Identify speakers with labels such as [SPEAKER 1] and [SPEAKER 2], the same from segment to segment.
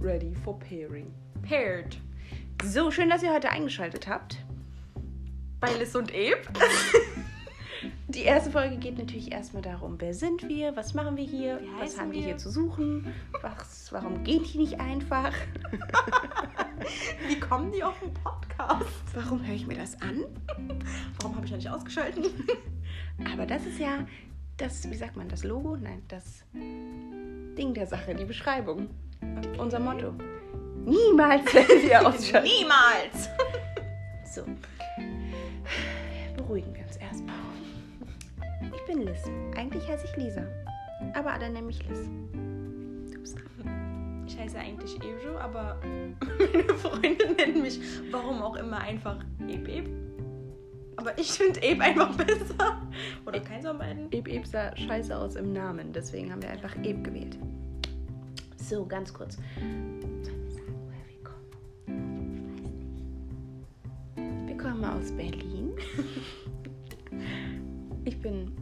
[SPEAKER 1] ready for pairing.
[SPEAKER 2] Paired.
[SPEAKER 1] So schön, dass ihr heute eingeschaltet habt.
[SPEAKER 2] Bei Liz und Eb.
[SPEAKER 1] Die erste Folge geht natürlich erstmal darum, wer sind wir, was machen wir hier,
[SPEAKER 2] Wie
[SPEAKER 1] was
[SPEAKER 2] heißen
[SPEAKER 1] haben wir
[SPEAKER 2] wir?
[SPEAKER 1] hier zu suchen, was, warum geht die nicht einfach,
[SPEAKER 2] Wie kommen die auf den Podcast?
[SPEAKER 1] warum höre ich mir das an.
[SPEAKER 2] Warum habe ich ja nicht ausgeschaltet?
[SPEAKER 1] Aber das ist ja das, wie sagt man, das Logo? Nein, das Ding der Sache, die Beschreibung, unser Motto. Niemals werden wir ausschalten.
[SPEAKER 2] Niemals!
[SPEAKER 1] So. Beruhigen wir uns erstmal. Ich bin Liz. Eigentlich heiße ich Lisa. Aber alle nennen mich Liz. Du bist dran.
[SPEAKER 2] Ich heiße eigentlich Ebjo, aber meine Freunde nennen mich, warum auch immer, einfach Eb Eb. Aber ich finde Eb einfach besser. Oder keins von beiden.
[SPEAKER 1] Eb Eb sah scheiße aus im Namen, deswegen haben wir einfach Eb gewählt. So, ganz kurz. Sollen wir sagen, woher wir kommen? Ich weiß nicht. Wir kommen aus Berlin. Ich bin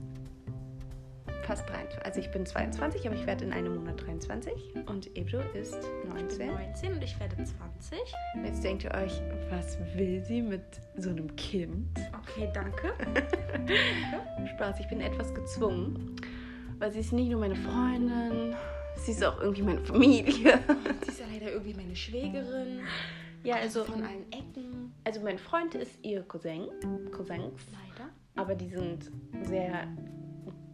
[SPEAKER 1] fast 23, also ich bin 22, aber ich werde in einem Monat 23 und Ebjo ist 19.
[SPEAKER 2] 19 und ich werde 20.
[SPEAKER 1] Jetzt denkt ihr euch, was will sie mit so einem Kind?
[SPEAKER 2] Okay, danke.
[SPEAKER 1] Spaß, ich bin etwas gezwungen, weil sie ist nicht nur meine Freundin, sie ist auch irgendwie meine Familie.
[SPEAKER 2] Sie ist ja leider irgendwie meine Schwägerin.
[SPEAKER 1] Ja, also,
[SPEAKER 2] Von allen Ecken.
[SPEAKER 1] also mein Freund ist ihr Cousin, Cousins,
[SPEAKER 2] Leider.
[SPEAKER 1] aber die sind sehr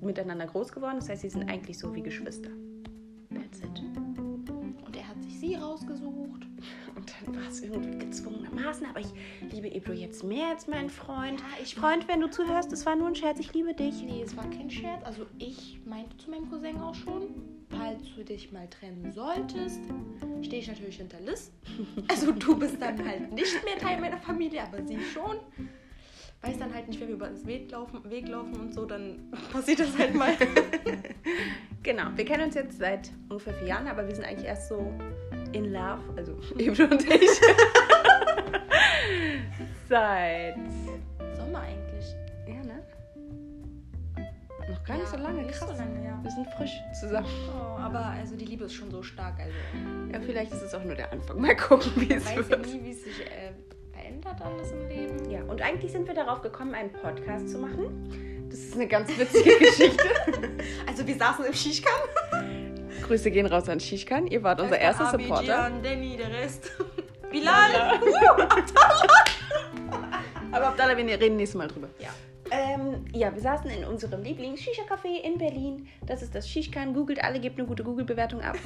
[SPEAKER 1] miteinander groß geworden, das heißt, sie sind eigentlich so wie Geschwister. That's it.
[SPEAKER 2] Und er hat sich sie rausgesucht.
[SPEAKER 1] Und dann war es irgendwie gezwungenermaßen, aber ich liebe Ebro jetzt mehr als meinen Freund.
[SPEAKER 2] Ja, ich-
[SPEAKER 1] Freund, wenn du zuhörst, es war nur ein Scherz, ich liebe dich.
[SPEAKER 2] Nee, es war kein Scherz. Also ich meinte zu meinem Cousin auch schon, falls du dich mal trennen solltest, stehe ich natürlich hinter Liz. Also du bist dann halt nicht mehr Teil meiner Familie, aber sie schon. Weiß dann halt nicht, wenn wir über den Weg laufen, Weg laufen und so, dann passiert das halt mal.
[SPEAKER 1] Genau, wir kennen uns jetzt seit ungefähr vier Jahren, aber wir sind eigentlich erst so in love, also eben und ich. seit.
[SPEAKER 2] Sommer eigentlich.
[SPEAKER 1] Ja, ne? Noch gar nicht
[SPEAKER 2] Ja,
[SPEAKER 1] so lange,
[SPEAKER 2] nicht
[SPEAKER 1] krass.
[SPEAKER 2] So lange, ja.
[SPEAKER 1] Wir sind frisch zusammen.
[SPEAKER 2] Oh, aber also die Liebe ist schon so stark. Also
[SPEAKER 1] Ja, vielleicht ist es auch nur der Anfang. Mal gucken, wie
[SPEAKER 2] man
[SPEAKER 1] es
[SPEAKER 2] weiß ja
[SPEAKER 1] wird.
[SPEAKER 2] nie, wie es sich äh, verändert alles im Leben.
[SPEAKER 1] Ja, und eigentlich sind wir darauf gekommen, einen Podcast zu machen. Das ist eine ganz witzige Geschichte.
[SPEAKER 2] Also wir saßen im Shisha
[SPEAKER 1] Grüße gehen raus an Shishkan. Ihr wart unser erster
[SPEAKER 2] Abi,
[SPEAKER 1] Supporter.
[SPEAKER 2] Gian, Also Danny, der Rest. Bilal.
[SPEAKER 1] Aber Abdallah, wir reden nächstes Mal drüber.
[SPEAKER 2] Ja.
[SPEAKER 1] Ähm, ja, wir saßen in unserem Lieblings-Shisha-Café in Berlin. Das ist das Shishkan. Googelt alle, gebt eine gute Google-Bewertung ab.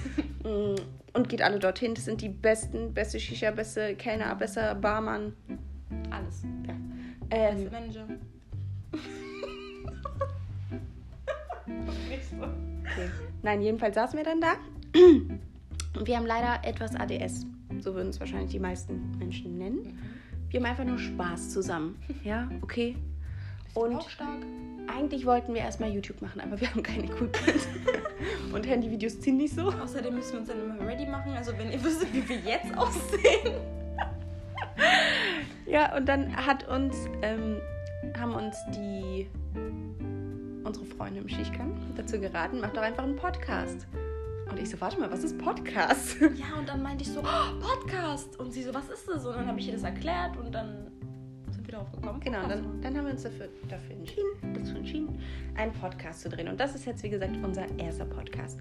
[SPEAKER 1] Mm, Und geht alle dorthin. Das sind die besten, beste Shisha, beste Kellner, besser Barmann.
[SPEAKER 2] Alles.
[SPEAKER 1] Ja.
[SPEAKER 2] Beste
[SPEAKER 1] Ähm,
[SPEAKER 2] Manager.
[SPEAKER 1] okay. Nein, jedenfalls saßen wir dann da. Und wir haben leider etwas ADS. So würden es wahrscheinlich die meisten Menschen nennen. Wir haben einfach nur Spaß zusammen. Ja, okay. Und-
[SPEAKER 2] auch stark.
[SPEAKER 1] Eigentlich wollten wir erstmal YouTube machen, aber wir haben kein Equipment. Und Handyvideos ziehen nicht so.
[SPEAKER 2] Außerdem müssen wir uns dann immer ready machen. Also wenn ihr wüsstet, wie wir jetzt aussehen.
[SPEAKER 1] Ja, und dann hat uns, ähm, haben uns die, unsere Freunde im Schichtkampf dazu geraten, macht doch einfach einen Podcast. Und ich so, warte mal, was ist Podcast?
[SPEAKER 2] Ja, und dann meinte ich so, oh, Podcast. Und sie so, was ist das? Und dann habe ich ihr das erklärt und dann sind wir darauf gekommen. Also,
[SPEAKER 1] Genau, dann, dann haben wir uns dafür, dafür entschieden, dazu entschieden, einen Podcast zu drehen. Und das ist jetzt, wie gesagt, unser erster Podcast.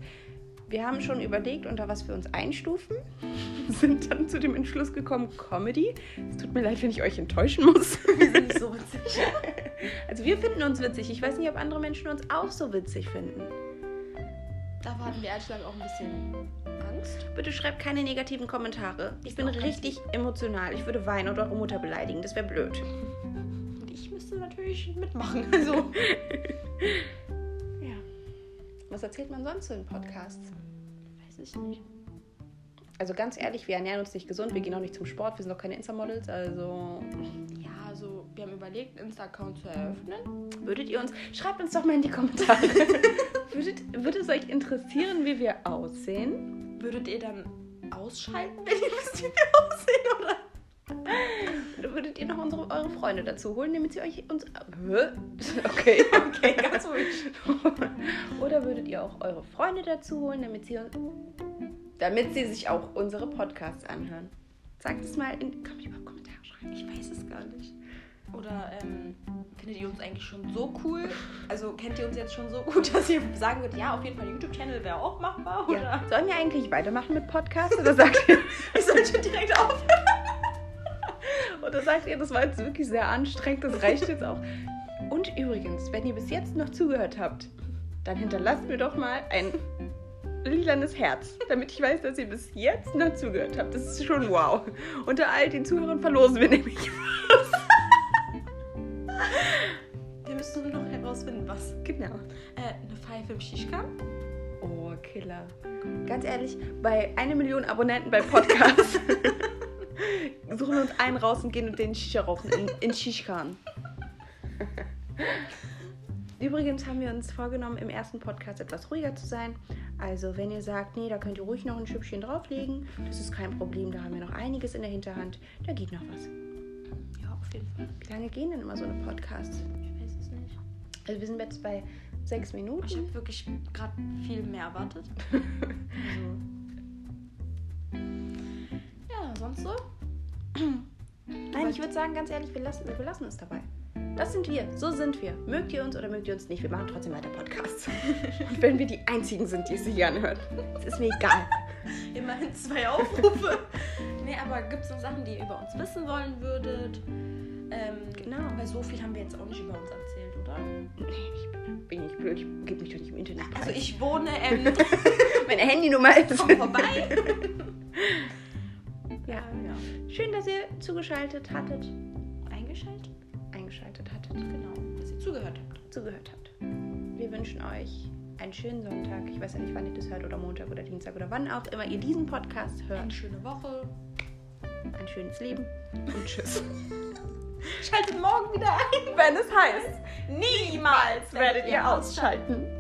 [SPEAKER 1] Wir haben schon überlegt, unter was wir uns einstufen, sind dann zu dem Entschluss gekommen, Comedy. Es tut mir leid, wenn ich euch enttäuschen muss.
[SPEAKER 2] Wir sind nicht so witzig.
[SPEAKER 1] Also wir finden uns witzig. Ich weiß nicht, ob andere Menschen uns auch so witzig finden.
[SPEAKER 2] Da hatten wir ehrlich gesagt auch ein bisschen Angst.
[SPEAKER 1] Bitte schreibt keine negativen Kommentare. Ich
[SPEAKER 2] Ist
[SPEAKER 1] bin
[SPEAKER 2] auch ganz
[SPEAKER 1] richtig emotional. Ich würde weinen oder eure Mutter beleidigen. Das wäre blöd.
[SPEAKER 2] Und ich müsste natürlich mitmachen. Also
[SPEAKER 1] Ja. Was erzählt man sonst so in Podcasts?
[SPEAKER 2] weiß ich nicht.
[SPEAKER 1] Also ganz ehrlich, wir ernähren uns nicht gesund, wir gehen auch nicht zum Sport, wir sind auch keine Insta-Models, also
[SPEAKER 2] Ja, also wir haben überlegt, einen Insta-Account zu eröffnen.
[SPEAKER 1] würdet ihr uns, schreibt uns doch mal in die Kommentare. würdet, würde es euch interessieren, wie wir aussehen?
[SPEAKER 2] Würdet ihr dann ausschalten, wenn ihr wisst, wie wir aussehen, oder?
[SPEAKER 1] Oder würdet ihr noch unsere, eure Freunde dazu holen, damit sie euch uns... Hä? Okay.
[SPEAKER 2] Okay, ganz ruhig.
[SPEAKER 1] Oder würdet ihr auch eure Freunde dazu holen, damit sie uns... damit sie sich auch unsere Podcasts anhören. Sagt es mal in. Kommt überhaupt Kommentare schreiben? Ich weiß es gar nicht.
[SPEAKER 2] Oder ähm, findet ihr uns eigentlich schon so cool? Also kennt ihr uns jetzt schon so gut, dass ihr sagen würdet, ja, auf jeden Fall YouTube-Channel wäre auch machbar? Oder
[SPEAKER 1] Ja. Sollen wir eigentlich weitermachen mit Podcasts oder sagt ihr,
[SPEAKER 2] ich sollte direkt aufhören?
[SPEAKER 1] oder sagt ihr, das war jetzt wirklich sehr anstrengend, das reicht jetzt auch? Und übrigens, wenn ihr bis jetzt noch zugehört habt, dann hinterlasst mir doch mal ein lilanes Herz, damit ich weiß, dass ihr bis jetzt noch zugehört habt. Das ist schon wow. Unter all den Zuhörern verlosen wir nämlich
[SPEAKER 2] Wir müssen nur noch herausfinden, was.
[SPEAKER 1] Genau.
[SPEAKER 2] Äh, eine Pfeife im Shishkan.
[SPEAKER 1] Oh, Killer. Ganz ehrlich, bei einer Million Abonnenten bei Podcasts suchen wir uns einen raus und gehen und den Shisha rauchen in, in Shishkan. Übrigens haben wir uns vorgenommen, im ersten Podcast etwas ruhiger zu sein. Also, wenn ihr sagt, nee, da könnt ihr ruhig noch ein Schüppchen drauflegen, das ist kein Problem, da haben wir noch einiges in der Hinterhand, da geht noch was.
[SPEAKER 2] Ja, auf jeden Fall.
[SPEAKER 1] Wie lange gehen denn immer so eine Podcasts?
[SPEAKER 2] Ich weiß es nicht.
[SPEAKER 1] Also, wir sind jetzt bei sechs
[SPEAKER 2] Ich
[SPEAKER 1] Minuten.
[SPEAKER 2] habe wirklich gerade viel mehr erwartet. Also. Ja, sonst so?
[SPEAKER 1] Nein, ich würde sagen, ganz ehrlich, wir lassen, wir belassen es dabei. Das sind wir, so sind wir. Mögt ihr uns oder mögt ihr uns nicht, wir machen trotzdem weiter Podcasts. Und wenn wir die Einzigen sind, die es sich hier anhören, es ist mir egal.
[SPEAKER 2] Immerhin zwei Aufrufe. nee, aber gibt es noch Sachen, die ihr über uns wissen wollen würdet? Ähm,
[SPEAKER 1] Genau.
[SPEAKER 2] Weil so viel haben wir jetzt auch nicht über uns erzählt, oder?
[SPEAKER 1] Nee, ich bin, bin nicht blöd, ich gebe mich doch nicht im Internet preis.
[SPEAKER 2] Also ich wohne, ähm,
[SPEAKER 1] meine Handynummer ist...
[SPEAKER 2] komm vorbei.
[SPEAKER 1] Ja.
[SPEAKER 2] ja.
[SPEAKER 1] Schön, dass ihr zugeschaltet hattet,
[SPEAKER 2] Eingeschaltet?
[SPEAKER 1] eingeschaltet hattet,
[SPEAKER 2] Genau. Dass ihr zugehört habt.
[SPEAKER 1] zugehört habt. Wir wünschen euch einen schönen Sonntag. Ich weiß ja nicht, wann ihr das hört, oder Montag oder Dienstag oder wann auch immer ihr diesen Podcast
[SPEAKER 2] Eine
[SPEAKER 1] hört.
[SPEAKER 2] schöne Woche.
[SPEAKER 1] Ein schönes Leben und tschüss.
[SPEAKER 2] Schaltet morgen wieder ein,
[SPEAKER 1] Wenn es heißt...
[SPEAKER 2] Niemals werdet ihr ausschalten.
[SPEAKER 1] ausschalten.